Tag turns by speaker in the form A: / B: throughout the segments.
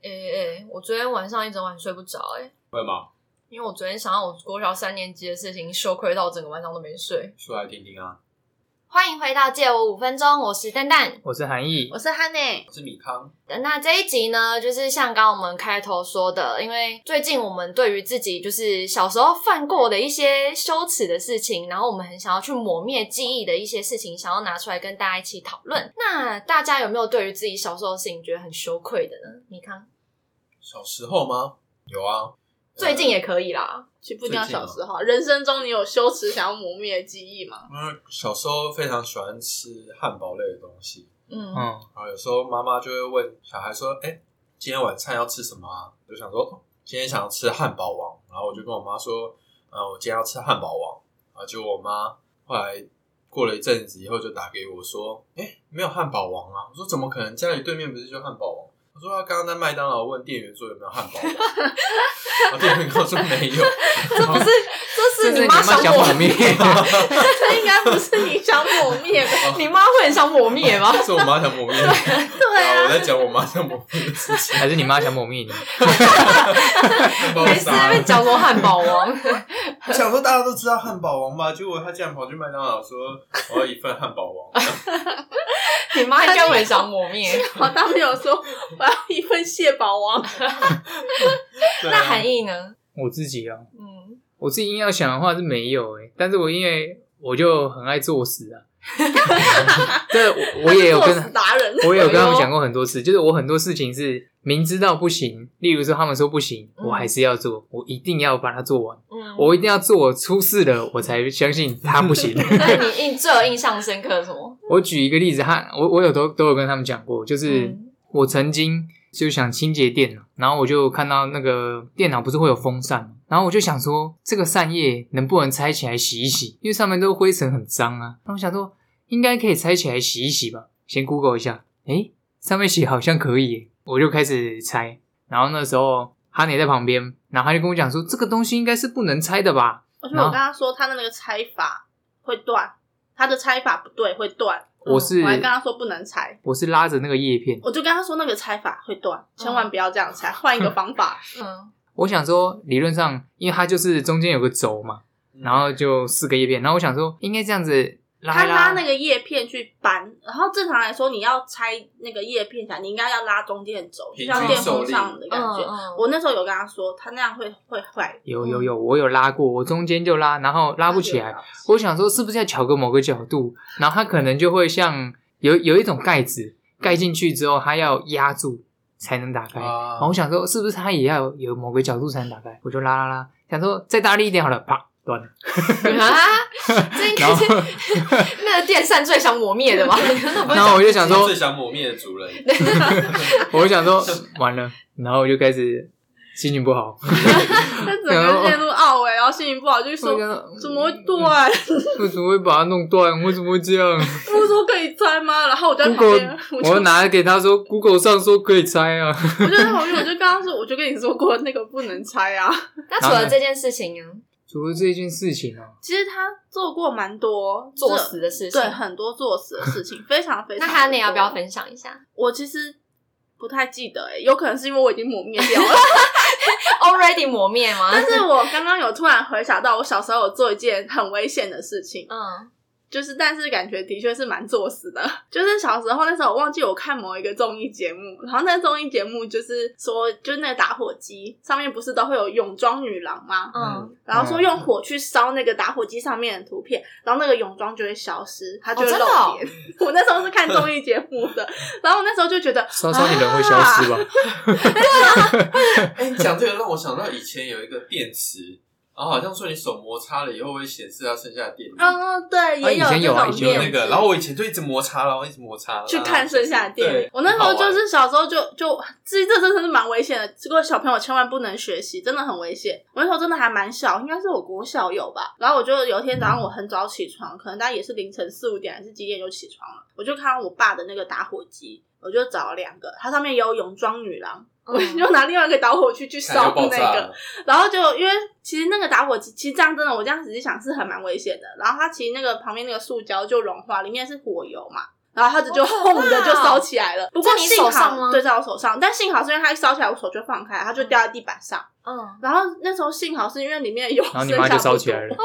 A: 哎、哎、我昨天晚上一整晚睡不着哎、
B: 会吗？
A: 因为我昨天想到我国小三年级的事情，羞愧到整个晚上都没睡。
B: 说来听听啊。
C: 欢迎回到借我五分钟，我是蛋蛋，
D: 我是韩毅
C: 我，是汉内。
B: 我是米康，
C: 那这一集呢，就是像刚刚我们开头说的，因为最近我们对于自己就是小时候犯过的一些羞耻的事情，然后我们很想要去抹灭记忆的一些事情，想要拿出来跟大家一起讨论。那大家有没有对于自己小时候的事情觉得很羞愧的呢？你看，
B: 小时候吗？有啊，
C: 最近也可以啦。
E: 其实不一定要小时候，哦人生中你有羞耻想要磨灭的记忆吗？
B: 因为小时候非常喜欢吃汉堡类的东西，
A: 嗯，
D: 嗯，
B: 然后有时候妈妈就会问小孩说：“哎、今天晚餐要吃什么啊？”我就想说、哦今天想要吃汉堡王，然后我就跟我妈说：“嗯、我今天要吃汉堡王。”然后结果我妈后来过了一阵子以后就打给我说：“哎、没有汉堡王啊！”我说：“怎么可能？家里对面不是就汉堡王？”我说：“啊他刚刚在麦当劳问店员说有没有汉堡王，然后店员跟我说 没有。”
D: 不是，
C: 这是
D: 这
C: 你妈
D: 想
C: 想抹
D: 抹灭，
E: 这应该不是你想磨灭的。
C: 你妈会很想抹灭 吗？
B: 是我妈想抹灭。
C: 对
B: 我
C: 啊，
B: 在讲我妈想抹灭的事情，
D: 还是你妈想抹灭你？
B: 把我
C: 没事，
B: 杀
C: 那
B: 了
C: 边讲过汉堡王。
B: 我想说大家都知道汉堡王吧，结果他竟然跑去麦当劳说我要一份汉堡王，
C: 你妈应该会想抹灭。
E: 我当没有说我要一份蟹堡王，
B: 对啊
C: 那韩毅呢？
D: 我自己啊，
C: 嗯，
D: 我自己硬要想的话是没有诶、但是我因为我就很爱作 死啊，这我我也有
E: 作死哎
D: 跟
E: 达人，
D: 我也有跟他们讲过很多次，就是我很多事情是明知道不行，例如说他们说不行，
C: 嗯
D: 我还是要做，我一定要把它做完，
C: 嗯
D: 我一定要做出事了，我才相信他不行。
C: 那你印最有印象深刻的什么？
D: 我举一个例子，哈，我我有都都有跟他们讲过，就是。
C: 嗯
D: 我曾经就想清洁电脑，然后我就看到那个电脑不是会有风扇吗，然后我就想说这个扇叶能不能拆起来洗一洗，因为上面都灰尘很脏啊。然后我想说应该可以拆起来洗一洗吧，先 Google 一下，诶，上面写好像可以耶，我就开始拆。然后那时候哈尼在旁边，然后他就跟我讲说这个东西应该是不能拆的吧，
E: 而且我跟他说他的那个拆法会断，他的拆法不对会断，
D: 我
E: 嗯
D: 是
E: 我还跟他说不能拆。
D: 我是拉着那个叶片，
E: 我就跟他说那个拆法会断，千万不要这样拆，换一个方法。
C: 嗯，
D: 我想说，理论上，因为它就是中间有个轴嘛，然后就四个叶片，然后我想说，应该这样子拉
E: 他
D: 一
E: 拉
D: 拉，
E: 那个叶片去扳，然后正常来说，你要拆那个叶片起来，你应该要拉中间的轴，就
B: 平均
E: 像电
B: 受
E: 风
B: 力
E: 扇的感觉。
C: 嗯嗯
E: 我那时候有跟他说，他那样会会坏，
D: 有有有，我有拉过，我中间就拉，然后拉不起来。我想说，是不是要调个某个角度，然后它可能就会像有有一种盖子盖进去之后，它要压住才能打开。
B: 啊
D: 然后我想说，是不是它也要有某个角度才能打开？我就拉拉拉，想说再大力一点好了，啪断了。
C: 啊，这应该是
D: 然
C: 那个电扇最想抹灭 的吧？那不
D: 然后我
C: 是
D: 就想说，
B: 最想抹灭的主人，
D: 我就想说完了，然后我就开始心情不好。
E: 他整个陷入懊悔，然后心情不好，就说
D: 我想
E: 怎么会断？
D: 为什么会把它弄断？为什么会这样？
E: 不是说可以拆吗？然后我就在旁
D: Google，
E: 边， 我就
D: 我拿给他说，Google 上说可以拆啊。
E: 我就在旁边，我就跟他说，我就跟你说过那个不能拆啊。
C: 那除了这件事情呢？
D: 除了这件事情啊，
E: 其实他做过蛮多
C: 作
E: 这
C: 死的事情，
E: 对很多作死的事情，非常非
C: 那
E: 常。
C: 哈内要不要
E: 分？
C: 分享一 下
E: 我其实不太记得、欸，有可能是因为我已经抹灭掉了。
C: ？Already 抹灭吗？
E: 但是我刚刚有突然回想到，我小时候有做一件很危险的事情，
C: 嗯
E: 就是但是感觉的确是蛮作死的。 就是小时候那时候，我忘记我看某一个综艺节目，然后那个综艺节目就是说，就是那个打火机上面不是都会有泳装女郎吗？
C: 嗯，
E: 然后说用火去烧那个打火机上面的图片，然后那个泳装就会消失，它就会
C: 哦真
E: 露脸。
C: 的哦
E: 我那时候是看综艺节目的，然后我那时候就觉得，
D: 稍嗯稍你人会消失
E: 啊
D: 吧？
B: 哎、你讲这个让我想到以前有一个电池，然后好像说你手摩擦了以后会显示它剩下的电力，
E: 嗯，对，也有
D: 以前有啊
E: 这种
D: 以前
B: 就
D: 有
B: 那
E: 面
B: 个。
E: 子
B: 然后我以前就一直摩擦，然后一直摩擦，
E: 去看剩下的电
B: 对
E: 影。我那时候
B: 很好
E: 就
B: 玩
E: 是小时候就就，其实这真的是蛮危险的，这个小朋友千万不能学习，真的很危险。我那时候真的还蛮小，应该是我国小有吧。然后我就有一天早上我很早起床，可能大概也是凌晨四五点还是几点就起床了，我就看到我爸的那个打火机，我就找了两个，它上面也有泳装女郎。
A: 哦
E: 我就拿另外一个导火去去
B: 看就
E: 烧
B: 爆
E: 那
B: 炸
E: 个
B: 了，，
E: 然后就因为其实那个打火机，其实这样真的，我这样仔细想是很蛮危险的。然后它其实那个旁边那个塑胶就融化，里面是火油嘛，然后它就就
C: 好可怕哦
E: 轰的就烧起来了。不过
C: 在你
E: 幸
C: 手上
E: 好
C: 吗
E: 对在我手上，但幸好是因为它一烧起来，我手就放开，它就掉在地板上。
C: 嗯，
E: 然后那时候幸好是因为里面有，
D: 然后你妈就烧起 来了，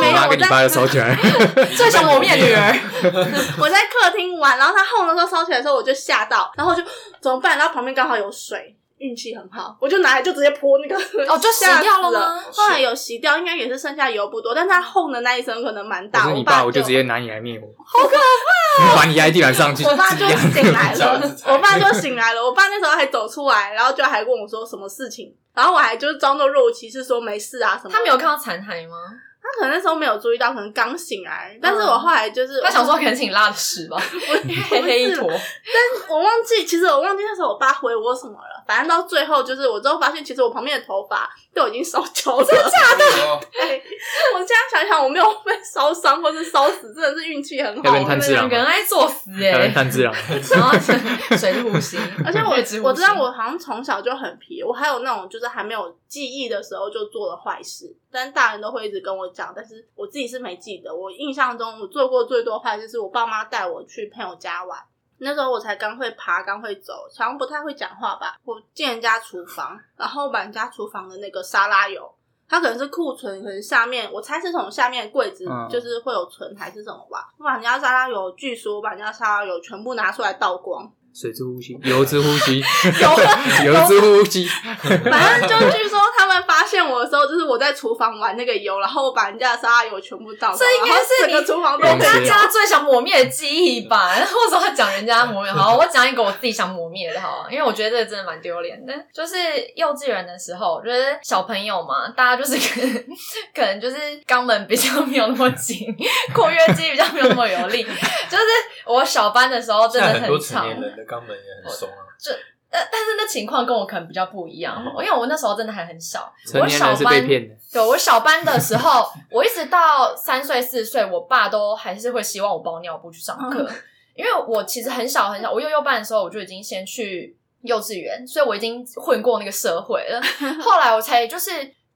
E: 没
D: 你
E: 有
D: 妈跟
E: 我
D: 你
E: 在
D: 爸就烧起来 了，
A: 最想我面女儿，
E: 我在客厅玩，然后它轰的时候烧起来的时候，我就吓到，然后我就怎么办？然后旁边刚好有水，运气很好，我就拿来就直接泼那个，
C: 哦，就死
E: 吓
C: 掉
E: 死
C: 了
E: 了。
C: 吗？
E: 后来有洗掉，应该也是剩下油不多，但它轰的那一声可能蛮
D: 我
E: 大。
D: 是你
E: 爸
D: 爸，我就
E: 就
D: 直接拿你来灭我，好可 怕！把你压在地板上去，
E: 啊 我爸就醒来
B: 这样
E: 了
B: 子， 才
E: 我爸就醒来了。我爸那时候还走出来，然后就还问我说什么事情，然后我还就是装作若无其事说没事啊什么。
A: 他没有，看到残骸吗？
E: 他可能那时候没有注意到，可能刚醒来。但是我后来就是
A: 他想说可能是你拉的屎 吧，黑黑一坨。
E: 我忘记，其实我忘记那时候我爸回我什么了。反正到最后就是，我之后发现，其实我旁边的头发都已经烧焦
B: 哦
E: 了。对，我现在想想，我没有被烧伤或是烧死，真的是运气很
D: 要不
E: 好
D: 然。炭治郎
A: 两个人爱作死
D: 台
A: 哎
D: 湾，炭治郎，
A: 然后水之 呼吸，
E: 而且我
A: 月之呼吸
E: 我知道我好像从小就很皮，我还有那种就是还没有记忆的时候就做了坏事，但大人都会一直跟我讲，但是我自己是没记得。我印象中我做过最多坏事是我爸妈带我去朋友家玩，那时候我才刚会爬，刚会走，好像不太会讲话吧。我进人家厨房，然后把人家厨房的那个沙拉油。它可能是库存，可能下面我猜是从下面柜子
D: 嗯
E: 就是会有存还是什么吧。我把人家沙拉油，据说我把人家沙拉油全部拿出来倒光，
D: 水之呼吸， 油之呼 吸，油之呼吸，
E: 反正就据说他们发现我的时候，就是我在厨房玩那个油，然后我把人家的沙拉油全部倒光，
A: 这应该是
E: 然后整个
A: 你
E: 厨房都
D: 永
E: 被
A: 大
D: 生
A: 家最想磨灭的记忆吧？为什么要讲人家磨灭？好，我讲一个我自己想磨灭的，好了，因为我觉得这个真的蛮丢脸的。就是幼稚园的时候，就是小朋友嘛，大家就是可能可能就是肛门比较没有那么紧，括约肌比较没有那么有力。就是我小班的时候真
B: 现
A: 的
B: 在很多
A: 很
B: 成
A: 吵，
B: 年人的肛门也很松啊，
A: 但但是那情况跟我可能比较不一样，因为我那时候真的还很小，
D: 成年人是被骗的，
A: 对我小班的时候，我一直到三岁四岁，我爸都还是会希望我包尿布去上课，
E: 嗯
A: 因为我其实很小很小，我幼幼班的时候我就已经先去幼稚园，所以我已经混过那个社会 了。后来我才就是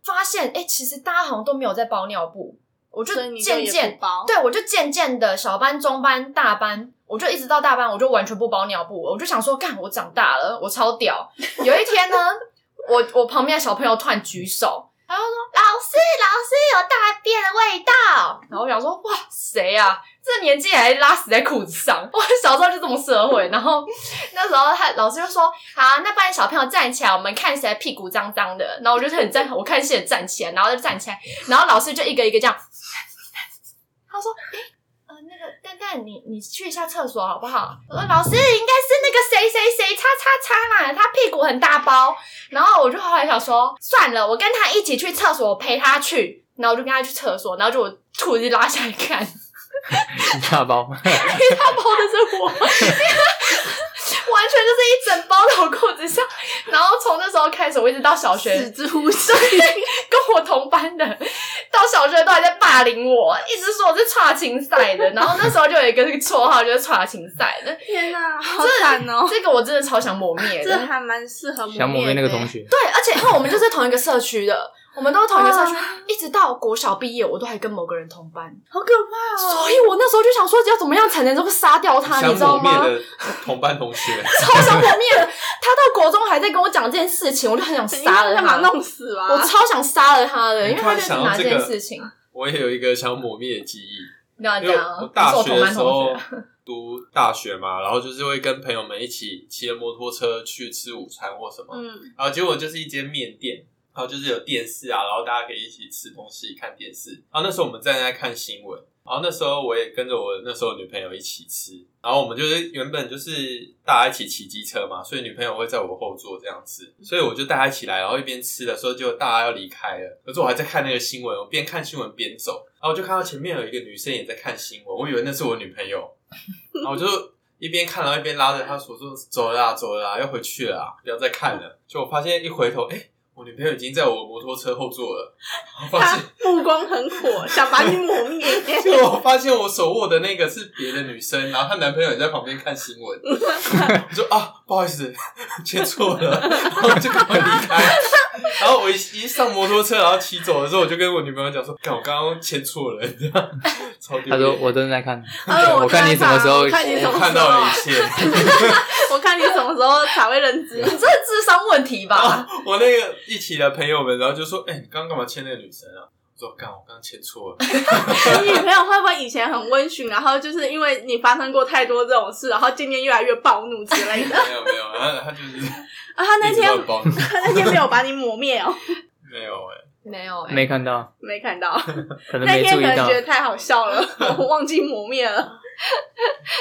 A: 发现，哎、其实大家好像都没有在包尿布，我就
E: 所以你就
A: 渐
E: 也
A: 渐
E: 不包。
A: 对，我就渐渐的小班、中班、大班，我就一直到大班，我就完全不包尿布了。我就想说，干，我长大了，我超 屌。有一天呢，我我旁边的小朋友突然举手，然后说：“老师，老师有大便的味道。”然后我想说：“哇，谁啊？这年纪还拉屎在裤子上？” 我小时候就这么社会。然后 那时候他老师就说：“好，那帮你小朋友站起来，我们看谁屁股脏脏的。”然后我就是很站，我看谁站起来，然后就站起来，然后老师就一个一个这样。他说：“哎、呃，那个蛋蛋，你你去一下厕所好不好？”我说：“老师，应该是那个谁谁谁叉叉叉啦，他屁股很大包。”然后我就后来想说，算了，我跟他一起去厕所，我陪他去。然后我就跟他去厕所，然后就我裤子拉下来看，
D: 大 包，
A: 他包的是我，完 全就是一整包到我裤子上。然后从那时候开始，我一直到小学
E: 死之呼吸，
A: 跟我同班的，到小学都还在霸凌我，一直说我是串青赛的。然后那时候就有一个绰号，就是串青赛 的。
E: 天哪、好惨哦、
A: 这个我真的超想抹灭
E: 这
A: 的。
E: 还蛮适合
D: 想抹灭那个同
E: 学。
D: 学，
A: 对，而且因为我们就是同一个社区的，我们都是同一个社区
E: 啊，
A: 一直到国小毕业，我都还跟某个人同班。
E: 好可怕哦、
A: 所以我那时候就想说，要怎么样才能够杀掉他，
B: 想
A: 你知道
B: 抹灭
A: 吗？
B: 的同班 同学，
A: 超想抹灭的。他到国中还在跟我讲这件事情，我就很想杀了
E: 干
A: 他
E: 嘛。弄死吧？
A: 我超想杀了他的，因为他就
B: 你突然
A: 是
B: 想到
A: 拿
B: 这
A: 件
B: 个
A: 事情。
B: 我也有一个想抹灭的记忆。
A: 你要
B: 因为
A: 讲啊，
B: 我大
A: 是我
B: 学
A: 同
B: 的
A: 班
B: 时
A: 同
B: 候
A: 学。 啊
B: 读大学嘛，然后就是会跟朋友们一起骑着摩托车去吃午餐或什么，
E: 嗯，
B: 然后结果就是一间面店，然后就是有电视啊，然后大家可以一起吃东西、看电视。然后那时候我们正在看新闻，然后那时候我也跟着我那时候的女朋友一起吃，然后我们就是原本就是大家一起骑机车嘛，所以女朋友会在我后座这样吃，所以我就带她起来，然后一边吃的时候就大家要离开了，可是我还在看那个新闻，我边看新闻边走，然后我就看到前面有一个女生也在看新闻，我以为那是我女朋友，然后我就一边看，然后一边拉着她手说：“走了啦，啊走了啦，要回去了啦，不要再看了。”就我发现一回头，哎、我女朋友已经在我摩托车后座了。然后发
E: 他
B: 现，
E: 目光很火，想把你抹灭。
B: 结果我发现我手握的那个是别的女生，然后她男朋友也在旁边看新 闻。我 就啊，不好意思，切错了，然后就赶快离开。然然后我一一上摩托车，然后骑走的时候，我就跟我女朋友讲说：“干，我刚刚牵错人。”这样 超丢脸。
D: 他说我正在看，
E: 呃
D: 我看你什么时候
E: 我看你什么时
B: 我
E: 候
B: 看到了一切。
E: 我看你什么时候才会认知。
A: 你这是智商问题吧？
B: 我那个一起的朋友们，然后就说：“哎、你刚刚干嘛牵那个女生啊？”我说：“干，我刚刚牵错了。
E: 你女朋友会不会以前很温驯，然后就是因为你发生过太多这种事，然后渐渐越来越暴怒之类” 的？
B: 没有没有，然后他就是
E: 啊，他那
B: 一直
E: 天
B: 乱帮你
E: 他那天没有把你抹灭哦，
B: 没有哎、
A: 没有、欸，
D: 没看到，
E: 没看到，
D: 可能
E: 那
D: 没
E: 天
D: 注
E: 可
D: 意
E: 能
D: 到
E: 觉。得太好笑 了，我忘记抹灭了。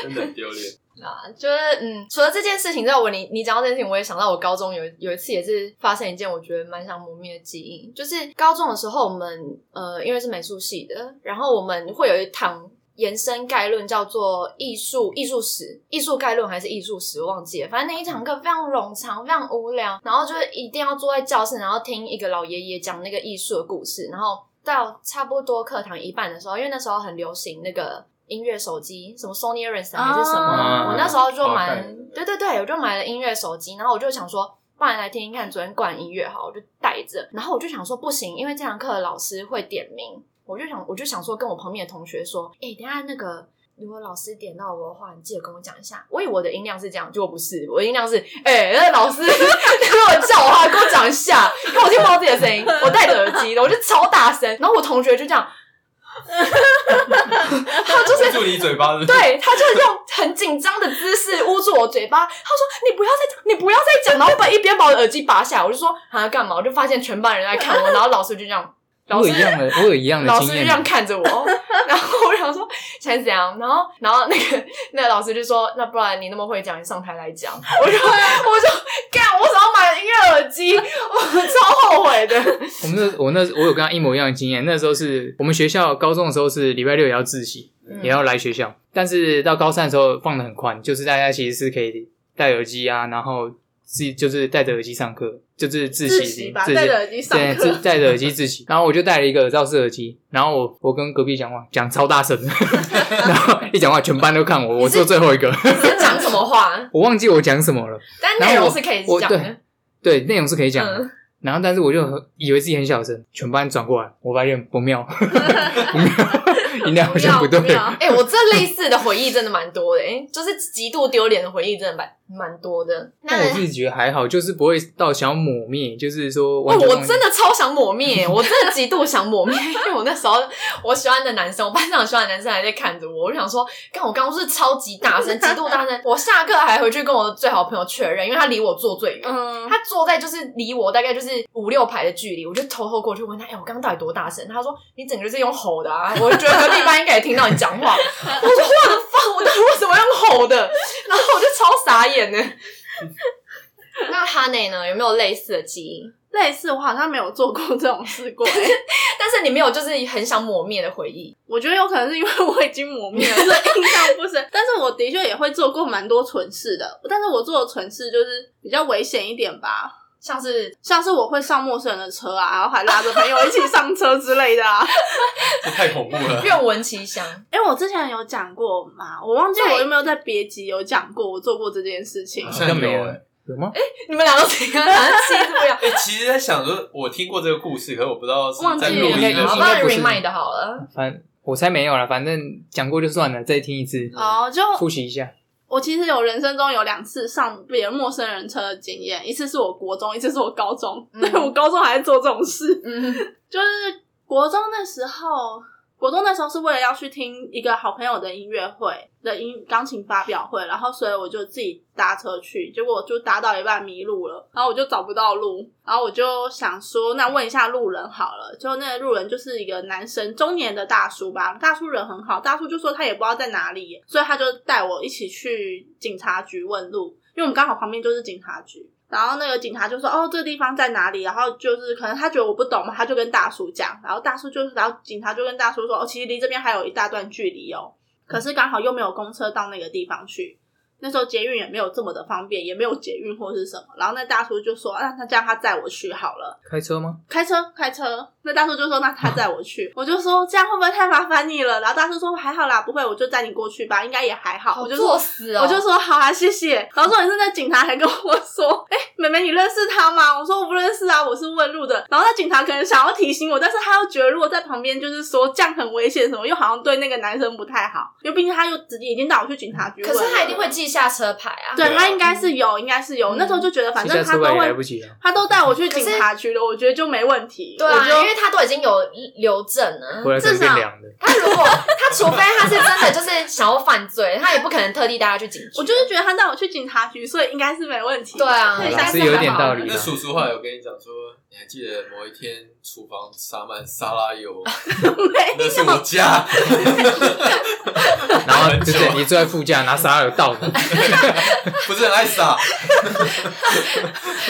B: 真的很丢脸。
A: 啊，就是嗯，除了这件事情之外，我你你讲到这件事情，我也想到我高中有有一次也是发生一件我觉得蛮想磨灭的记忆，就是高中的时候我们呃因为是美术系的，然后我们会有一堂。延伸概论叫做艺术艺术史，艺术概论还是艺术史，我忘记了。反正那一堂课非常冗长，非常无聊，然后就是一定要坐在教室，然后听一个老爷爷讲那个艺术的故事。然后到差不多课堂一半的时候，因为那时候很流行那个音乐手机，什么 Sony Ericsson 还是什么，
D: 啊
A: 我那时候就
B: 滑
A: 蛮
B: 盖的
A: 对对对，我就买了音乐手机，然后我就想说，不然来听听看昨天灌音乐好，我就带着。然后我就想说，不行，因为这堂课老师会点名，我就想我就想说跟我旁边的同学说，哎、等一下那个。如果老师点到我的话，你记得跟我讲一下。我以为我的音量是这样，结果不是，我的音量是，哎、那老师 如果叫我的话，跟我讲一下，因为我听不到自己的声音，我戴着耳机的，我就超大声。然后我同学就这样，他就是
B: 捂住你嘴巴是不是？
A: 对，他就用很紧张的姿势捂住我嘴巴。他说：“你不要再，你不要再讲。”然后我把一边把我的耳机拔下来，我就说：“啊，干嘛？”我就发现全班人在看 我，然后老师就这样，老
D: 我有
A: 师
D: 一样的，我有一样的
A: 老师
D: 经
A: 就这
D: 验。啊
A: 样看着我，然后我想说现在是怎样，然后然后那个那个老师就说，那不然你那么会讲，你上台来讲。我就 我就干，我想要买音乐耳机，我超后悔的。
D: 我们那我那我有跟他一模一样的经验。那时候是我们学校高中的时候是礼拜六也要自习，
A: 嗯
D: 也要来学校，但是到高三的时候放的很宽，就是大家其实是可以戴耳机啊，然后自己就是戴着耳机上课，就是自习
E: 自习吧，戴着耳机上
D: 对，
E: 课
D: 自，戴着耳机自习，然后我就戴了一个耳罩式耳机，然后我我跟隔壁讲话，讲超大声， 然后一讲话全班都看我，我
A: 你是
D: 做最后一个，
A: 你是讲什么话？
D: 我忘记我讲什么了，
A: 但
D: 然
A: 内
D: 后
A: 容
D: 我
A: 是可以
D: 我
A: 讲
D: 对
A: 的。
D: 对，内容是可以讲的，
A: 嗯，
D: 然后，但是我就很以为自己很小声，全班转过来，我发现 不妙，不妙，音量好像不对
E: 不。妙
A: 哎、我这类似的回忆真的蛮多的、哎，就是极度丢脸的回忆真的蛮蛮多的。那
D: 但我自己觉得还好，就是不会到想要抹灭，就是说完
A: 哦
D: 全忘
A: 我
D: 记、
A: 真的超想抹灭，我真的极度想抹灭，因为我那时候我喜欢的男生，我班上喜欢的男生还在看着我，我就想说，看我刚刚是超级大声，极度大声，我下课还回去跟我最好朋友确认，因为他离我坐最远，
E: 嗯，
A: 他坐在就是离我大概就是五六排的距离，我就偷偷过去问他，哎、我刚刚到底多大声？他说你整个就是用吼的 啊，我就觉得隔壁班应该也听到你讲话。我说我的放，我到底为什么用吼的？然后我就超傻眼呢。那哈内呢？有没有类似的记忆？
E: 类似我好像没有做过这种事 过、欸。
A: 但是你没有就是很想抹灭的回忆，
E: 我觉得有可能是因为我已经磨灭了，所以印象不深。但是我的确也会做过蛮多蠢事的，但是我做的蠢事就是比较危险一点吧，
A: 像是
E: 像是我会上陌生人的车啊，然后还拉着朋友一起上车之类的啊。
B: 这太恐怖了。
A: 愿闻其详。
E: 因为我之前有讲过嘛，我忘记
A: 对
E: 我有没有在别集有讲过我做过这件事情
B: 好。
D: 好像
B: 像
D: 没
B: 有
D: 有欸
B: 哎、
D: 有吗？
A: 你们两个怎样？两个记住呀？
B: 哎、其实在想说，我听过这个故事，可是我不知道是
E: 忘记
B: 在
E: 了
B: 录音的时
A: 好，
B: 候
D: 应该
A: 帮你
D: 不是
A: remind 好了。
D: 反正我猜没有了，反正讲过就算了，再听一次，
E: 哦，就
D: 复习一下。
E: 我其实有人生中有两次上别人陌生人车的经验，一次是我国中，一次是我高中。
A: 嗯
E: 对， 我高中还在做这种事。
A: 嗯，
E: 就是国中那时候，国中那时候是为了要去听一个好朋友的音乐会的音钢琴发表会，然后所以我就自己搭车去，结果我就搭到一半迷路了，然后我就找不到路，然后我就想说，那问一下路人好了。结果那个路人就是一个男生，中年的大叔吧，大叔人很好，大叔就说他也不知道在哪里耶，所以他就带我一起去警察局问路，因为我们刚好旁边就是警察局。然后那个警察就说：“哦，这个地方在哪里？”然后就是可能他觉得我不懂嘛，他就跟大叔讲，然后大叔就是，然后警察就跟大叔说：“哦，其实离这边还有一大段距离哦，可是刚好又没有公车到那个地方去。”那时候捷运也没有这么的方便，也没有捷运或是什么。然后那大叔就说：“啊那他这样他载我去好了，
D: 开车吗？
E: 开车开车。”那大叔就说那他载我去，我就说这样会不会太麻烦你了？然后大叔说还好啦，不会，我就载你过去吧，应该也还好。
A: 好
E: 我就
A: 作
E: 说。
A: 死哦！
E: 我就说好啊，谢谢。然后重点是那警察还跟我说：“哎、妹妹，你认识他吗？”我说：“我不认识啊，我是问路的。”然后那警察可能想要提醒我，但是他又觉得如果在旁边就是说这样很危险什么，又好像对那个男生不太好，因为毕竟他又直接已经带我去警察局问
A: 可
E: 了。
A: 是他一定会记下车牌啊。
E: 对
B: 对啊
E: 他应该是有，应该是有。
A: 嗯
E: 那时候就觉得反
D: 骑
E: 正
D: 下
E: 他
D: 车
E: 都
D: 牌也来
E: 会
D: 不及了。
E: 他都带我去
A: 可是
E: 警察局了，我觉得就没问题。
A: 对
E: 我
A: 啊，因
E: 就
A: 为他都已经有留证了。
D: 回来可
E: 嗯
D: 能
E: 至
D: 变
E: 少
D: 凉的。
A: 他如果他，除非他是真的就是想要犯罪，他也不可能特地带他去警局。
E: 我就是觉得他带我去警察局，所以应该是没问题。
A: 对啊
E: 所以
A: 对
E: 下
A: 下
E: 次
A: 次
D: 是有点道理
B: 那
D: 的。
B: 叔叔后来有跟你讲说，你还记得某一天厨房洒满沙拉油，
E: 没
B: 那是我家，
D: 然后就是你坐在副驾拿沙尔 倒你，
B: 不是很爱撒。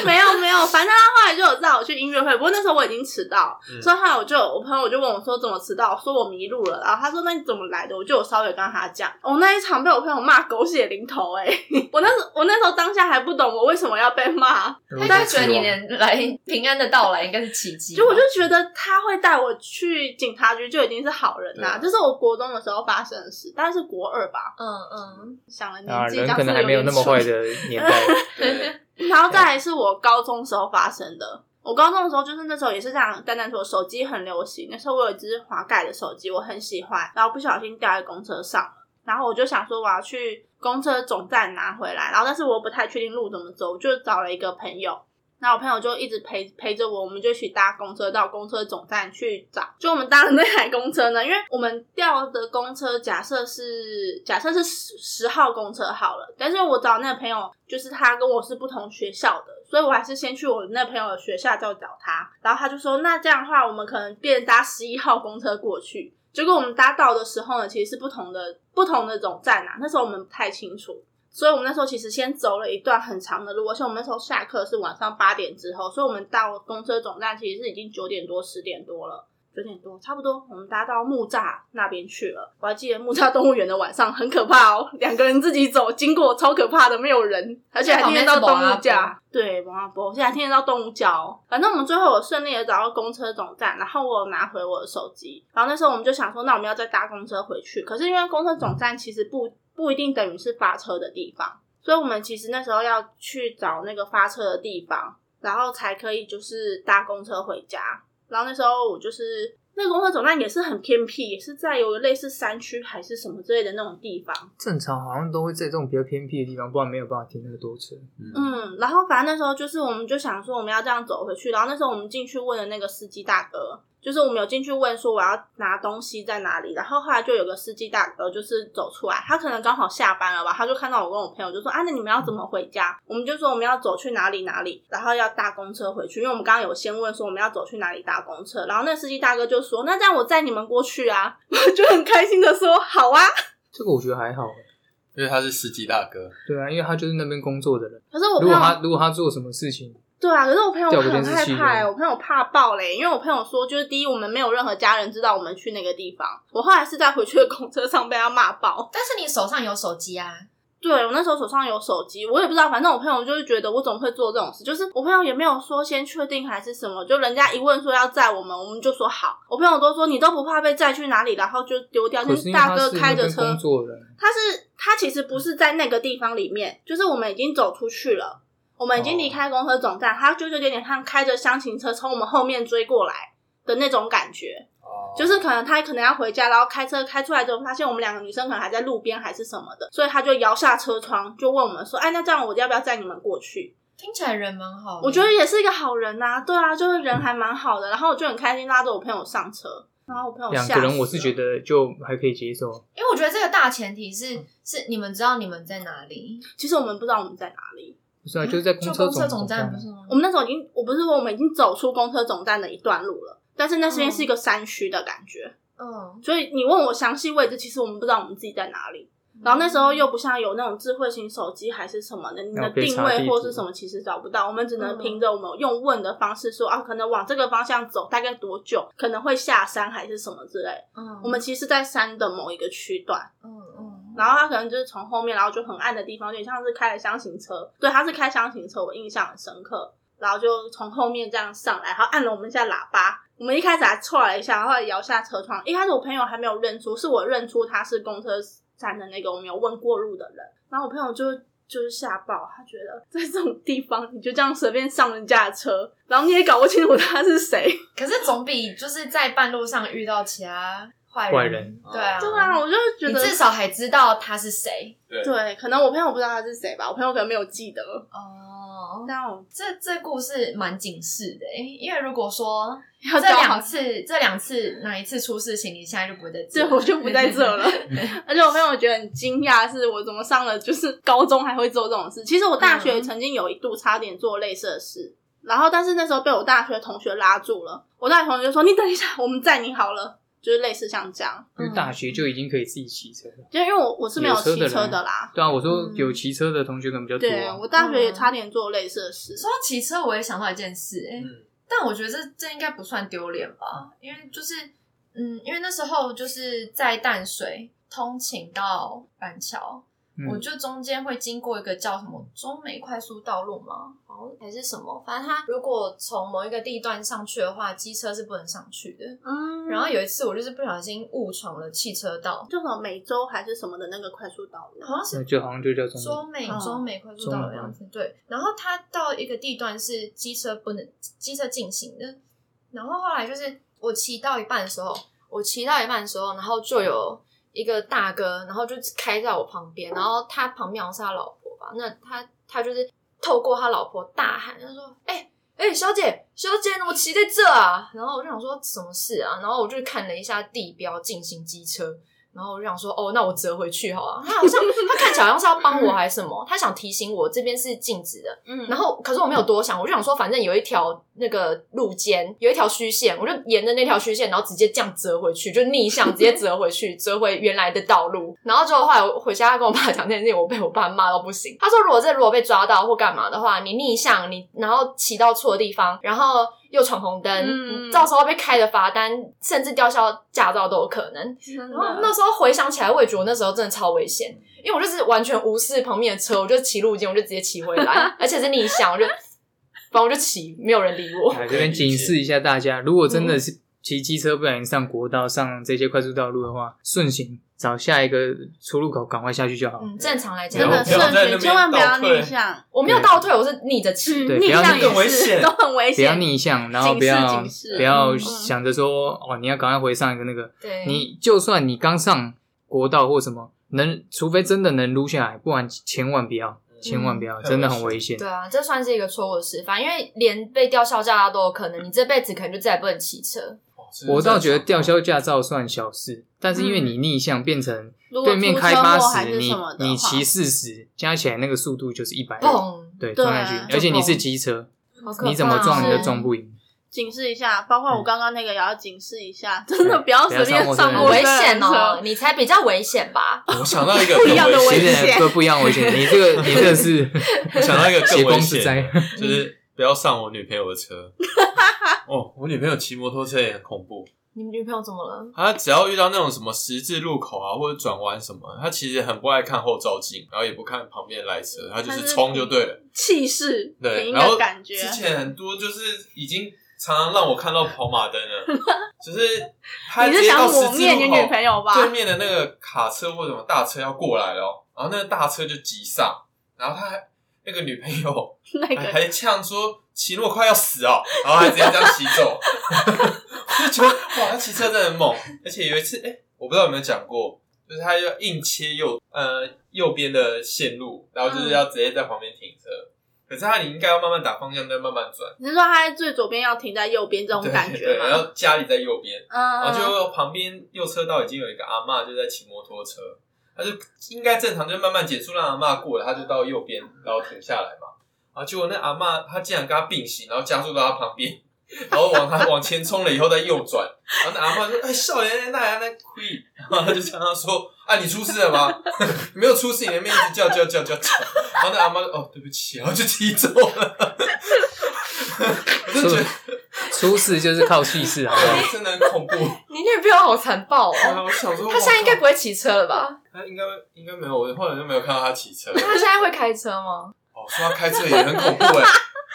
E: 没有没有，反正他后来就有带我去音乐会，不过那时候我已经迟到，
B: 嗯
E: 所以后来我就我朋友就问我说怎么迟到，我说我迷路了，然后他说那你怎么来的？我就有稍微跟他讲，我、那一场被我朋友骂狗血淋头哎、 我那时我那时候当下还不懂我为什么要被
D: 嗯
E: 骂，
A: 他应该觉得
D: 哦
A: 你能来平安的到来应该是奇迹。
E: 就我就觉得他会带我去警察局就已经是好人啦、
B: 对啊
D: 嗯
E: 这是我国中的时候发生的事，大概是国二吧，
A: 嗯嗯，
E: 想了
D: 啊，
E: 年纪，
D: 人
E: 这样
D: 可
E: 子
D: 能还没有那
E: 点
D: 么
E: 蠢
D: 坏的年代。
B: 对，
E: 然后再来是我高中时候发生的。我高中的时候，就是那时候也是这样，蛋蛋说手机很流行，那时候我有一只滑盖的手机，我很喜欢，然后不小心掉在公车上了，然后我就想说我要去公车总站拿回来，然后但是我不太确定路怎么走，我就找了一个朋友。然后我朋友就一直陪陪着我，我们就一起搭公车到公车总站去找。就我们搭的那台公车呢，因为我们调的公车假设是假设是十十号公车好了，但是我找那个朋友，就是他跟我是不同学校的，所以我还是先去我那朋友的学校再找他。然后他就说，那这样的话，我们可能变搭十一号公车过去。结果我们搭到的时候呢，其实是不同的不同的总站啊，那时候我们不太清楚。所以我们那时候其实先走了一段很长的路，而且我们那时候下课是晚上八点之后，所以我们到公车总站其实是已经九点多、十点多了。九点多，差不多，我们搭到木栅那边去了。我还记得木栅动物园的晚上很可怕哦，两个人自己走，经过超可怕的，没有人，而且还听得到啊动物
A: 旁边是
E: 叫。对，王阿波，现在还听得到动物叫、哦。反正我们最后有顺利的找到公车总站，然后我有拿回我的手机。然后那时候我们就想说，那我们要再搭公车回去。可是因为公车总站其实不不一定等于是发车的地方，所以我们其实那时候要去找那个发车的地方，然后才可以就是搭公车回家。然后那时候我就是那个公车总站也是很偏僻，也是在有类似山区还是什么之类的那种地方。
D: 正常好像都会在这种比较偏僻的地方，不然没有办法停那么多车。
B: 嗯，
E: 嗯，然后反正那时候就是我们就想说我们要这样走回去，然后那时候我们进去问的那个司机大哥。就是我们有进去问说我要拿东西在哪里，然后后来就有个司机大哥就是走出来，他可能刚好下班了吧，他就看到我跟我朋友就说啊，那你们要怎么回家？我们就说我们要走去哪里哪里，然后要搭公车回去，因为我们刚刚有先问说我们要走去哪里搭公车，然后那司机大哥就说那这样我载你们过去啊， 我就很开心的说好啊，
D: 这个我觉得还好欸，
B: 因为他是司机大哥，
D: 对啊，因为他就是那边工作的人。
E: 可是我朋
D: 如果
E: 友
D: 他如果他做什么事情，
E: 对啊啊，可是我朋友
D: 掉不
E: 很
D: 进
E: 害
D: 去
E: 怕、欸，
D: 了
E: 我朋友怕爆嘞，因为我朋友说，就是第一，我们没有任何家人知道我们去那个地方。我后来是在回去的公车上被他骂爆。
A: 但是你手上有手机啊，
E: 对我那时候手上有手机，我也不知道，反正我朋友就是觉得我怎么会做这种事，就是我朋友也没有说先确定还是什么，就人家一问说要载我们，我们就说好。我朋友都说你都不怕被载去哪里，然后就丢掉，就
D: 可是因为
E: 大
D: 他
E: 哥
D: 是
E: 开
D: 那
E: 着
D: 边
E: 车
D: 工，作的人，
E: 他是他其实不是在那个地方里面，就是我们已经走出去了，我们已经
D: 哦
E: 离开公车总站，他就有点像开着箱型车从我们后面追过来的那种感觉，
B: 哦
E: 就是可能他可能要回家，然后开车开出来之后，发现我们两个女生可能还在路边还是什么的，所以他就摇下车窗就问我们说：“哎，那这样我要不要载你们过去？”
A: 听起来人蛮好
D: 哦
A: 的。
E: 我觉得也是一个好人呐、对啊，就是人还蛮好的，然后我就很开心拉着我朋友上车，然后我朋友
D: 两
E: 哦吓
D: 个人
E: 死
D: 我是
E: 了
D: 觉得就还可以接受。
A: 因为我觉得这个大前提
D: 嗯
A: 是是你们知道你们在哪里，
E: 其实我们不知道我们在哪里。
D: 不是啊，就是在
A: 就
D: 车
A: 公车
D: 总
A: 站
D: 站
A: 不。是吗？
E: 我们那时候已经，我不是说我们已经走出公车总站的一段路了，但是那边
A: 嗯
E: 是一个山区的感觉，
A: 嗯，
E: 所以你问我详细位置，其实我们不知道我们自己在哪里。然后那时候又不像有那种智慧型手机还是什么的，你的
D: 可以
E: 定
D: 查
E: 位
D: 地
E: 或
D: 图
E: 是什么其实找不到，我们只
A: 嗯
E: 能凭着我们用问的方式说啊，可能往这个方向走大概多久，可能会下山还是什么之类。
A: 嗯，
E: 我们其实，在山的某一个区段，
A: 嗯嗯，
E: 然后他可能就是从后面，然后就很暗的地方，有点像是开了箱型车。对，他是开箱型车，我印象很深刻。然后就从后面这样上来，然后按了我们一下喇叭。我们一开始还错了一下，后来摇哎下车窗。一开始我朋友还没有认出，是我认出他是公车站的那个我没有问过路的人。然后我朋友就就是吓爆，他觉得在这种地方你就这样随便上人家的车，然后你也搞不清楚他是谁。
A: 可是总比就是在半路上遇到其他坏
D: 坏人
A: 对啊，
E: 对啊，我就觉
A: 你
E: 得
A: 至少还知道他是谁
E: 对，可能我朋友不知道他是谁吧，我朋友可能没有记 得。
A: 哦。
E: 但我
A: 这这故事蛮警示的、欸，因为如果说
E: 要
A: 这
E: 交好
A: 两次这两次哪一次出事情，你现在就不会在这
E: 对，
A: 了，
E: 我就不在这了。而且我朋友觉得很惊讶，是我怎么上了就是高中还会做这种事。其实我大学
A: 嗯
E: 曾经有一度差点做类似的事，然后但是那时候被我大学同学拉住了。我大学同学就说：“你等一下，我们载你好了。”就是类似像这样，
D: 因为大学就已经可以自己骑车了。
E: 就因为我我是没有
D: 有车的
E: 骑
D: 人
E: 车的啦。
D: 对啊，我说
A: 嗯
D: 有骑车的同学可能比较多
E: 对
D: 啊、
E: 我大学也差点做类似的 事，
A: 说到骑车，我也想到一件事、欸，
B: 嗯，
A: 但我觉得这这应该不算丢脸吧，因为就是嗯，因为那时候就是在淡水通勤到板桥，
D: 嗯
A: 我就中间会经过一个叫什么中美快速道路吗？好还是什么？反正它如果从某一个地段上去的话，机车是不能上去的。
E: 嗯
A: 然后有一次我就是不小心误闯了汽车道，
E: 就什么美洲还是什么的那个快速道路，
A: 好像是
D: 那就好像就叫中
A: 中美
E: 哦
A: 中美快速道的样子，对。然后它到一个地段是机车不能机车进行的，然后后来就是我骑到一半的时候，我骑到一半的时候，然后就有一个大哥，然后就开在我旁边，然后他旁边好像是他老婆吧，那他他就是透过他老婆大喊，他说：“哎、哎、小姐，小姐，我骑在这啊！”然后我就想说什么事啊，然后我就看了一下地标进行机车，然后我就想说，哦，那我折回去好了。他好像他看起来好像是要帮我还是什么，他想提醒我这边是禁止的。
E: 嗯
A: 然后可是我没有多想，我就想说，反正有一条那个路肩有一条虚线，我就沿着那条虚线，然后直接这样折回去，就逆向直接折回去， 折回原来的道路。然后之后后来我回家跟我爸讲这件事情，我被我爸骂到不行。他说，如果这如果被抓到或干嘛的话，你逆向你然后骑到错地方，然后又闯红灯，
E: 嗯
A: 你到时候被开的罚单，甚至吊销驾照都有可能。
E: 然
A: 然后那时候回想起来，我也觉得我那时候真的超危险，因为我就是完全无视旁边的车，我就骑路肩，我就直接骑回 来，而且是逆向，我就反正我就骑，没有人理我。
D: 啊，这边警示一下大家，如果真的是骑机车不小心上国道、上这些快速道路的话，顺行找下一个出入口，赶快下去就好。
A: 嗯，正常来讲，
E: 真的
B: 不要
E: 慎
B: 在那
E: 选，
B: 边
E: 千万不要
B: 倒退
E: 逆向，
A: 我没有倒退，我是逆着骑。
D: 对
E: 嗯逆
D: 不要
E: 向
D: 逆
E: 也
B: 更危
E: 是
B: 险
E: 都很危
D: 不
E: 险，
D: 要逆向，然后
E: 警示
D: 不要
E: 警示
D: 不要
E: 嗯
D: 想着说哦，你要赶快回上一个那个。
A: 对，
D: 你就算你刚上国道或什么，能除非真的能撸下来，不然千万不要，千万不要，
B: 嗯
D: 真的很危险
A: 对。啊，这算是一个错误的示范，因为连被吊销驾照都有可能，你这辈子可能就再也不能骑车。
B: 哦是
D: 我倒觉得
B: 正常哦
D: 吊销驾照算小事，但是因为
A: 嗯
D: 你逆向变成
E: 如果
D: 对面
E: 出
D: 开
E: 车祸
D: 八
E: 还
D: 十，
E: 是
D: 你
E: 什么的
D: 你
E: 话
D: 骑四十，加起来那个速度就是一百，
A: 砰！
D: 对，
E: 对啊
D: 撞下去，
E: 就
D: 而且你
A: 砰
D: 是机车，
A: 好可怕哦
D: 你怎么撞你
E: 就
D: 都撞不赢。
E: 警示一下，
B: 嗯
E: 包括我刚刚那个也要警示一下，真的不要随便
D: 不
E: 上
D: 要上
A: 很
D: 陌
E: 陌
A: 危
E: 生人
D: 生
E: 的
A: 险哦
E: 车，，
A: 你才比较危险吧？
B: 我想到一个
E: 不一样的
B: 更
E: 危
B: 危
D: 其
E: 险
B: 险，
D: 实不不一样危险，你这个你这个是
B: 我想到一个
D: 血
B: 更
D: 光
B: 危
D: 之
B: 险
D: 灾
B: 的，，就是不要上我女朋友的 车。哦，我女朋友骑摩托车也很恐怖，
A: 你女朋友怎么了？
B: 她只要遇到那种什么十字路口啊，或者转弯什么，她其实很不爱看后照镜，然后也不看旁边来车，她就是冲就对了。
E: 气势，
B: 对，
E: 凭
B: 然
E: 的
B: 后
E: 感觉，啊
B: 之前很多就是已经常常让我看到跑马灯了，就是他
E: 你
B: 直
E: 是
B: 接
E: 想
B: 到
E: 抹
B: 十字
E: 灭你
B: 路
E: 女
B: 口
E: 朋友吧？
B: 对面的那个卡车或什么大车要过来了哦，然后那个大车就急刹，然后他还那个女朋友
E: 那
B: 还
E: 个
B: 还呛说骑那么快要死哦，然后还直接这样骑走， 我就觉得哇，他骑车真的很猛，而且有一次哎、诶我不知道有没有讲过。就是他要硬切右呃右边的线路，然后
E: 嗯
B: 就是要直接在旁边停车。可是他你应该要慢慢打方向灯，慢慢转，
E: 你是说他在最左边要停在右边这种
B: 对
E: 感觉
B: 对，然
E: 吗？
B: 后家里在右边，
E: 嗯，
B: 然后就旁边右车道已经有一个阿嬷就在骑摩托车，他就应该正常就慢慢减速让阿嬷过了，他就到右边然后停下来嘛。啊，结果那阿嬷她竟然跟他并行，然后加速到他旁边，然后往他往前冲了以后再右转，然后那阿嬷就哎少年那那亏，然后他就向他说啊你出事了吗？ 没有出事，你那边一直叫叫叫叫叫，然后那阿嬷就哦对不起，然后就骑走了。 我就觉得
D: 出事就是靠气势，好不好？
B: 真的很 恐怖，
A: 你女朋友好残 暴哦！
B: 啊我想说
A: 她现在应该
B: 哇
A: 不会骑车了吧？
B: 他应该应该没有，我后来就没有看到他骑车。
A: 她现在会开车吗？
B: 哦，说他开车也很恐怖哎、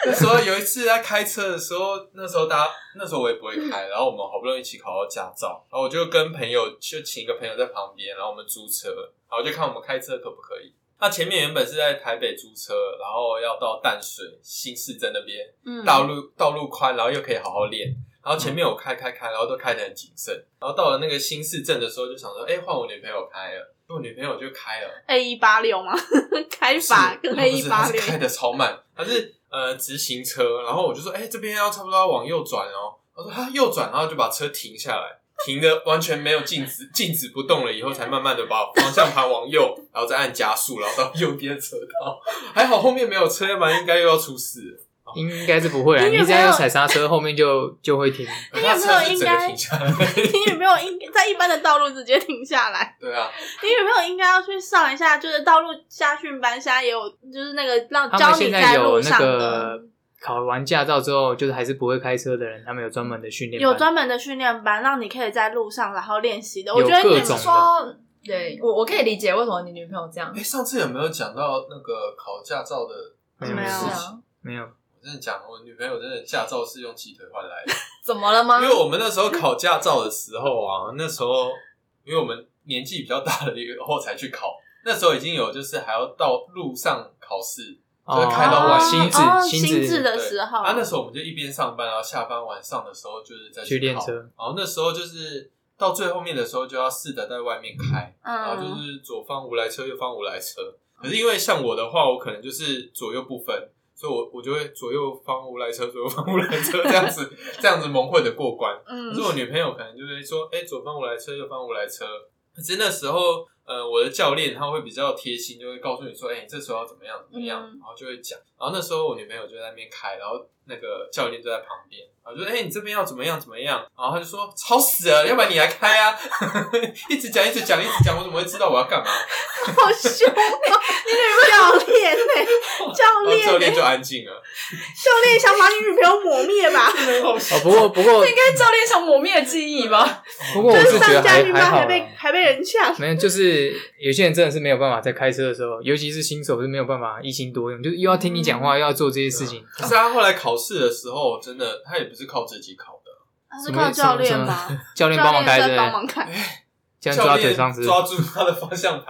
B: 那时候有一次在开车的时候，那时候大家那时候我也不会开，然后我们好不容易一起考到驾照，然后我就跟朋友就请一个朋友在旁边，然后我们租车，然后就看我们开车可不可以。那前面原本是在台北租车，然后要到淡水新市镇那边，
E: 嗯
B: 道路道路宽，然后又可以好好练。然后前面我开开开，然后都开得很谨慎。然后到了那个新市镇的时候，就想说，哎，换我女朋友开了，我女朋友就开了。
E: A 一八六吗？ 开法跟
B: 是
E: A
B: 不
E: 一
B: 是它
E: 八
B: 是
E: 六
B: 开的超慢，它是呃直行车，然后我就说，哎、这边要差不多要往右转哦，我说啊右转，然后就把车停下来，停的完全没有静止，静止不动了以后，才慢慢的把方向盘往右，然后再按加速，然后到右边车道，还好后面没有车，要不然应该又要出事了。
D: 应该是不会啊。
E: 你女
D: 你
E: 朋友
D: 只要有踩刹车，后面就就会 停。
B: 可
E: 那
B: 是
E: 个
B: 它
E: 没
B: 车
E: 有
B: 是整
E: 应该
B: 个停下来，
E: 你女朋友应该在一般的道路直接停下 来，
B: 对啊，
E: 你女朋友应该要去上一下，就是道路家训班，现在也有就是那个让
D: 他
E: 教
D: 们
E: 你
D: 现在有
E: 路
D: 那
E: 上
D: 个
E: 的，
D: 考完驾照之后，就是还是不会开车的人，他们有专门的训练班，
E: 有专门的训练班，让你可以在路上然后练习的。我
D: 有
E: 觉得
D: 各
E: 你哦
D: 种
A: 说，对我我可以理解为什么你女朋友这样
B: 哎、，上次有没有讲到那个考驾照的？
D: 没有
E: 没有
A: 是
D: 事情，
A: 啊，
D: 没有。
B: 我真的讲，我女朋友真的驾照是用鸡腿换来的。
A: 怎么了吗
B: 因？为我们那时候考驾照的时候啊，那时候因为我们年纪比较大了以后才去考，那时候已经有就是还要到路上考试就是开到
D: 哦
B: 晚
D: 心智
E: 哦
D: 心
E: 心
D: 智
E: 智的
B: 对
E: 时候
B: 啊。那时候我们就一边上班，然后下班晚上的时候就是在
D: 去练
B: 考
D: 车，
B: 然后那时候就是到最后面的时候就要试着在外面开，然后就
E: 嗯，
B: 是左方无来车，右方无来车。可是因为像我的话，我可能就是左右不分，所以我我就会左右方无来车，左右方无来车这样子这样子蒙混的过关。
E: 嗯
B: 可是我女朋友可能就会说，哎、左方我来车，右方我来车。可是那时候，呃，我的教练他会比较贴心，就会告诉你说，哎、你这时候要怎么样怎么样，
E: 嗯
B: 然后就会讲。然后那时候我女朋友就在那边开，然后那个教练就在旁边，然后就说，哎、你这边要怎么样怎么样，然后他就说，吵死了，要不然你来开啊， 一直讲一直讲一直讲，我怎么会知道我要干嘛？
E: 好凶 哦！你女朋友教练呢？教
B: 然后哦教练
E: 练呢？欸
B: 就安静了，
E: 教练想把你女朋友抹 灭吧？
B: 好
D: 哦，不过不 过
A: 这应该教练想磨灭记忆吧？
D: 不过我
E: 就是
D: 是觉
E: 上
D: 得
E: 家
D: 还
E: 训
D: 还
E: 班
D: 好啊
E: 还
D: 啦
E: 被，还被人呛。
D: 没有，就是有些人真的是没有办法在开车的时候，尤其是新手是没有办法一心多用，就是又要听你讲话，又要做这些事情。
E: 嗯
B: 可是他后来考试的时候，真的他也不是靠自己考的，
E: 他啊是靠教练吗？
D: 教
E: 教
D: 练帮忙开，对
E: 在
D: 不
E: 帮
D: 对？
E: 忙开。
D: 教练
B: 教
D: 抓
B: 练
D: 腿上是不是
B: 抓住他的方向盘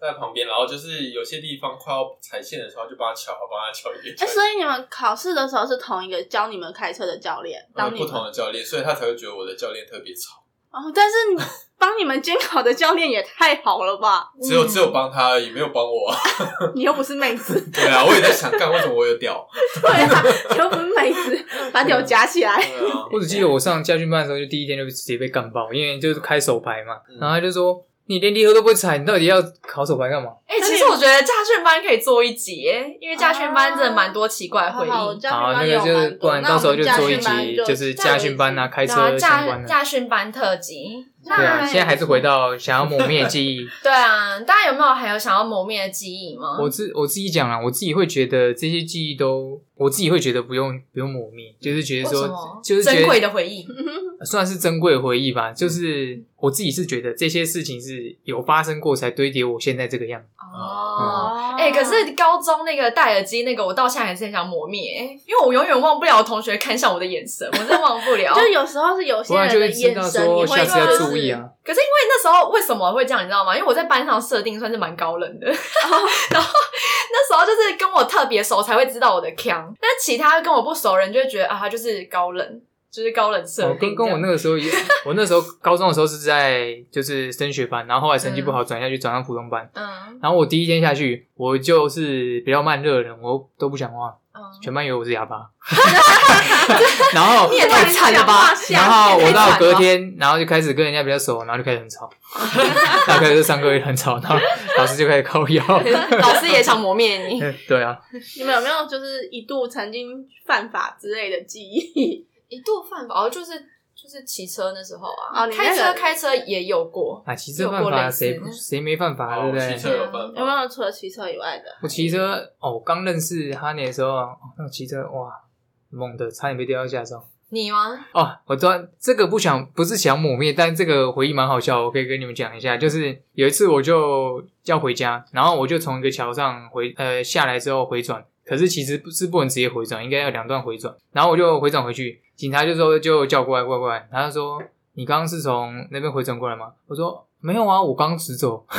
B: 在旁边，然后就是有些地方快要踩线的时候，就帮他敲，帮他敲一遍。
E: 哎，所以你们考试的时候是同一个教你们开车的教练，
B: 呃
E: 当你
B: 不
E: 们
B: 同的教练，所以他才会觉得我的教练特别吵。
E: 哦，但是你 帮你们监考的教练也太好了吧？
B: 只有
A: 嗯
B: 只有帮他而已，没有帮我。啊
E: 你又不是妹子，
B: 对啊，我也在想，干为什么我有屌？
E: 对啊，你又不是妹子，把屌夹起来。
B: 对啊，
D: 我只记 得我上家训班的时候，就第一天就直接被干爆，因为就是开手牌嘛，
B: 嗯
D: 然后他就说你连离合都不会踩，你到底要考手牌干嘛？
A: 哎、其实我觉得驾训班可以做一集耶，因为驾训班真的蛮多奇怪的回忆。
E: 哦好，教训
D: 好，那
E: 班
D: 个
E: 有
D: 就是
E: 蛮
D: 不
E: 多
D: 然到时候就做一集，
E: 那我们家训班
D: 就是家训班啊，
E: 再
D: 开
A: 对啊
D: 车相
A: 驾
D: 关的。
A: 驾训班特辑，那
D: 对啊，现在还是回到想要抹灭记忆。
A: 对啊，大家有没有还有想要磨灭的记忆吗？
D: 我自我自己讲啦，啊我自己会觉得这些记忆都，我自己会觉得不用不用抹灭，就是觉得
A: 为什么
D: 说，就是觉得嗯
A: 珍贵的回 忆，
D: 算是珍贵的回忆吧。就是我自己是觉得这些事情是有发生过，才堆叠我现在这个样子。
A: 哦。
E: 哦
A: 哎、可是高中那个戴耳机那个，我到现在还是很想磨灭、哎因为我永远忘不了我同学看向我的眼神，我真的忘不 了。
E: 就有时候是有
D: 不
E: 些
D: 然
E: 人
D: 就
E: 的
D: 会知道
E: 眼神，
D: 说
E: 你会
D: 下次要
E: 就是
D: 注意啊。
A: 可是因为那时候为什么会这样，你知道吗？因为我在班上设定算是蛮高冷的， 然后那时候就是跟我特别熟才会知道我的腔，但其他跟我不熟人就会觉得啊，他就是高冷，就是高冷设
D: 我
A: 定
D: 哦跟
A: 这
D: 跟
A: 样。
D: 我那个时候也， 我那时候高中的时候是在就是升学班，然后后来成绩不好转下去，转到普通班。
A: 嗯
D: 然后我第一天下去，我就是比较慢热的人，我都不讲话，
A: 嗯，
D: 全班以为我是 哑巴。然后
A: 你也太惨了吧！
D: 然后
A: 你
D: 我到隔
A: 也太惨了吧，
D: 天，然后就开始跟人家比较熟，然后就开始很吵， 然后开始上课也很吵，然后老师就开始靠腰。
A: 老师也想磨灭你。
D: 对啊，
E: 你们有没有就是一度曾经犯法之类的记 忆？
A: 一度犯法，哦，就是就是骑车那时候啊，
E: 哦你那
A: 开车
E: 个
A: 开车也有过，
D: 啊，骑车
A: 有
D: 犯
A: 过
D: 法
A: 类似
D: 谁不谁没犯法，啊
B: 哦
D: 对不
B: 我
D: 对
B: 骑？车有办
E: 有
B: 法。
E: 没有除了骑车以外的？
D: 我骑车哦，我刚认识哈尼的时候，哦那个骑车哇，猛的，差点被掉到下上。
A: 你吗？
D: 哦，我知道这个不想不是想抹灭，但这个回忆蛮好笑，我可以跟你们讲一下。就是有一次我就要回家，然后我就从一个桥上回呃下来之后回转，可可是其实不是不能直接回转，应该要两段回转。然后我就回转回去，警察就说就叫过来过来过来，他就说你刚刚是从那边回转过来吗？我说没有啊，我刚直走。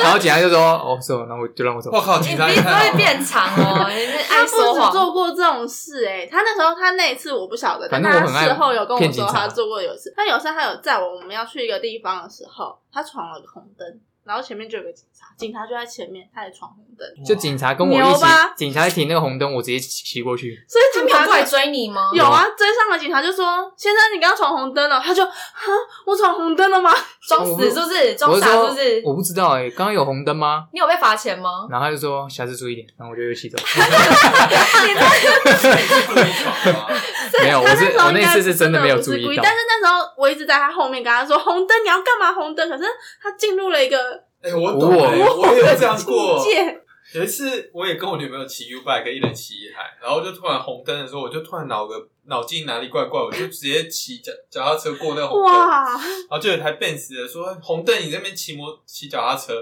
D: 然后警察就说哦，是哦，那我就让我走。
B: 我靠，警
A: 你
B: 察也
A: 鼻子会
B: 太好了
A: 变长哦，你是
E: 他
A: 爱
E: 不
A: 说
E: 止
A: 谎。
E: 做过这种事哎、他那时候他那一次我不晓得，但
D: 反正我
E: 他
D: 很爱
E: 事后有跟我
D: 骗警
E: 说
D: 察
E: 他做过有一次，他有一次他有在我我们要去一个地方的时候，他闯了个红灯，然后前面就有个警察，警察就在前面，他也闯红灯，
D: 就警察跟我一
E: 牛
D: 起
E: 吧，
D: 警察停那个红灯，我直接骑骑过去。
E: 所以
A: 他
E: 警
A: 没
E: 察
A: 有
E: 就
A: 过来追你吗？
E: 有啊，追上了警察就说：“先生，你刚闯红灯了。”他就：“哈，我闯红灯了吗
A: 装死是不是？装
D: 我就
A: 傻是
D: 说
A: 不是？
D: 我不知道哎、刚刚有红灯吗？
A: 你有被罚钱吗？
D: 然后他就说下次注意点，然后我就又骑 走。
B: 不能闯啊！
D: 没有，？”我
E: 他
D: 是
E: 那时
D: 我
E: 候应
D: 那
E: 该
D: 次是真
E: 的
D: 的没有
E: 不
D: 注
E: 是故
D: 意
E: 意
D: 到
E: 但。是那时候我一直在他后面跟他说：“红灯，你要干嘛？红灯。”可是他进入了一个
B: 哎，我懂
D: 我
B: 了，我也有这样过。
E: 界，
B: 有一次，我也跟我女朋友骑 U bike，一人骑一台，然后就突然红灯的时候，我就突然脑个脑筋哪里怪怪，我就直接骑脚脚踏车过那个红灯，然
E: 哇！
B: 后就有一台 Benz 的说红灯，你在那边骑摩骑脚踏车，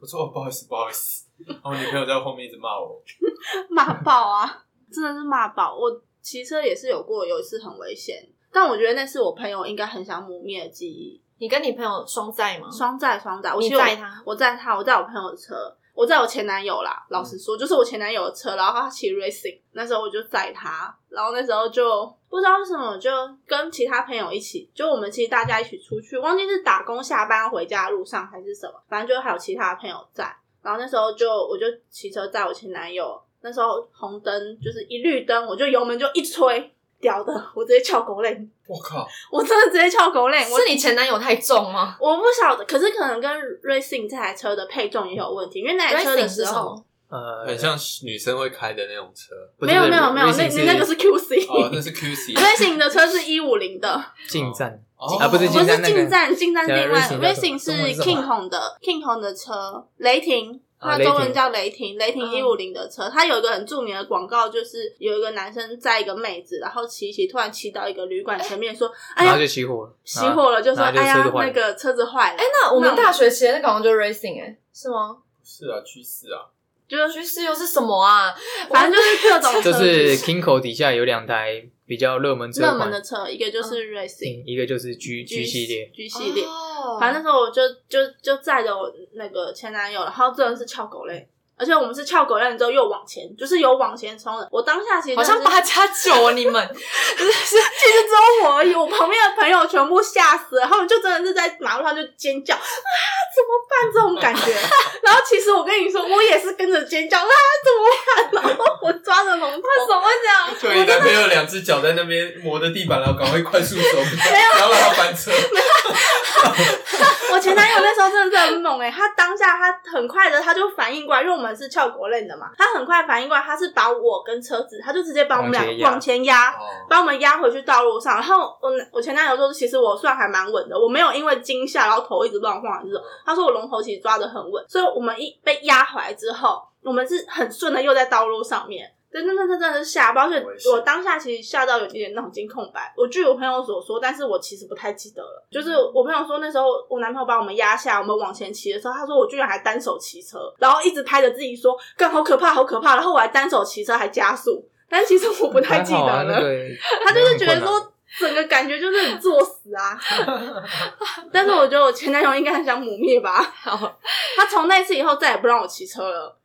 B: 我说哦不好意思不好意思，然后我女朋友在后面一直骂我，
E: 骂爆啊！真的是骂爆！我骑车也是有过有一次很危险，但我觉得那是我朋友应该很想磨灭的记忆。
A: 你跟你朋友双载吗？
E: 双载双载，我
A: 嗯你
E: 其实我
A: 载他嗯
E: 我载他，我载我朋友的车，我载我前男友啦。老实说，就是我前男友的车，然后他骑 racing，那时候我就载他，然后那时候就不知道为什么就跟其他朋友一起，就我们其实大家一起出去，忘记是打工下班回家的路上还是什么，反正就还有其他的朋友在。然后那时候就我就骑车载我前男友，那时候红灯就是一绿灯，我就油门就一吹，屌的，我直接翘狗链，
B: 我靠，
E: 我真的直接翘狗链，我
A: 是你前男友太重吗？
E: 我不晓得，可是可能跟 Racing 这台车的配重也有问题，因为那台车的
A: Racing 是
E: 时
A: 什
E: 候
A: 么？
D: 呃，
B: 很像女生会开的那种车，
D: 不是
E: 没有没有
D: 不
E: 没
D: 是
E: 有，
D: Racing
E: 那你那个是 QC。
B: 哦那是 QC
E: Racing 的车是一五零的，
D: 进站，
B: 哦
D: 啊不是
E: 不
D: 进
E: 是
D: 站那个
E: 进站，进站
D: 对
E: 另外
D: Racing 叫什么
E: Racing 是
D: 中文是什么
E: King Kong 的，King Kong 的车，雷霆，
D: 啊
E: 它的
D: 雷
E: 中
D: 霆
E: 文叫雷霆，雷霆
A: 嗯
E: 一五零的车，它有一个很著名的广告，就是有一个男生载一个妹子，然后骑一骑，突然骑到一个旅馆前面，说：“哎
D: 然后
E: 呀，
D: 就熄火了，
E: 熄火了！”就说：“
D: 然后就
E: 哎
D: 车
E: 呀
D: 子，坏了
E: 那个车子坏了。”
A: 哎，那我们
E: 那
A: 大学骑的那个好像就是 racing 哎、是吗？
B: 是啊趋势啊，
E: 就是
A: 趋势又是什么啊？
E: 反正就是各种车
D: 就
E: 子，
D: 是 Kingo 底下有两台比较热门车
E: 热门
D: 款
E: 的，车，一个就是
A: 嗯
E: Racing、
D: 一个就是 G G 系列，
E: G 系列。
A: 哦
E: 反正那时候我就就就载着我那个前男友，然后真的是翘狗链，而且我们是翘狗链之后又往前，就是有往前冲的。我当下其实
A: 好像
E: 真的是
A: 八加九啊，你 们是
E: 其实只有我而已，我旁边的朋友全部吓死了，他们就真的是在马路上就尖叫啊，怎么办？这种感觉。然后其实我跟你说，我也是跟着尖叫啊，怎么办？然后我抓着龙头，为什么这样？
B: 就你男朋友两只脚在那边磨着地板，然后赶快快速走，然后让他翻车，
E: 我前男友那时候真的是很猛哎、他当下他很快的他就反应过来，因为我们是翘国内的嘛，他很快反应过来，他是把我跟车子，他就直接把我们
D: 往前
E: 俩
D: 压
E: 往前压，
B: 哦，
E: 把我们压回去道路上。然后我我前男友说，其实我算还蛮稳的，我没有因为惊吓然后头一直乱晃，就是他说我龙头其实抓的很稳，所以我们一被压回来之后，我们是很顺的又在道路上面。真真真真真的是吓爆，而且
B: 我也是
E: 我当下其实吓到有一点脑筋空白。我据我朋友所说，但是我其实不太记得了。就是我朋友说，那时候我男朋友把我们压下，我们往前骑的时候，他说我居然还单手骑车，然后一直拍着自己说，干好可怕，好可怕。然后我还单手骑车还加速，但其实我不太记得
D: 蛮好啊
E: 了。
D: 那个
E: 他就是觉得
D: 没有很困难
E: 说，整个感觉就是很作死啊。但是我觉得我前男友应该很想抹灭吧。
A: 好
E: 他从那次以后再也不让我骑车了。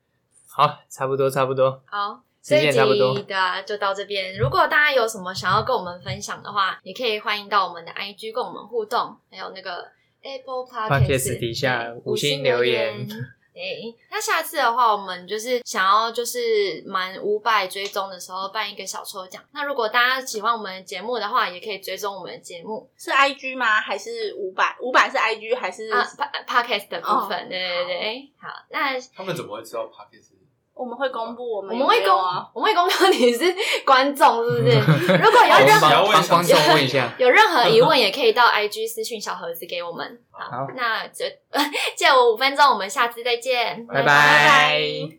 D: 好，差不多差不多，
A: 好。
D: 时
C: 这
D: 间
C: 一
D: 也
C: 集
D: 差不多。
C: 的就到这边。如果大家有什么想要跟我们分享的话，也可以欢迎到我们的 IG 跟我们互动，还有那个 Apple
D: Podcast
C: Podcast
D: 底下
C: 对
D: 五
C: 五
D: 星
C: 星
D: 留言
C: 言。诶，那下次的话，我们就是想要就是满五百追踪的时候办一个小抽奖。那如果大家喜欢我们的节目的话，也可以追踪我们的节目
E: 是 I G 吗？还是五百？五百是 I G 还是、
C: 啊，pa-，Podcast 的部分。
E: 哦
C: 对对对，好，那
B: 他们怎么会知道 p a r k e t
E: 我们会公布我
C: 我
E: 们有
C: 们
E: 没
C: 会公
E: 有啊？，
C: 我们会公布你是观众，是 不是？如果有
D: 我
C: 任
D: 们
C: 何
D: 帮
B: 我也
D: 帮
B: 想
D: 观众问一下，
C: 有任何疑问，也可以到 IG 私讯小盒子给我们。好，
D: 好
E: 哎
C: 那就借我五分钟，我们下次再见，
D: 拜
C: 拜
D: 拜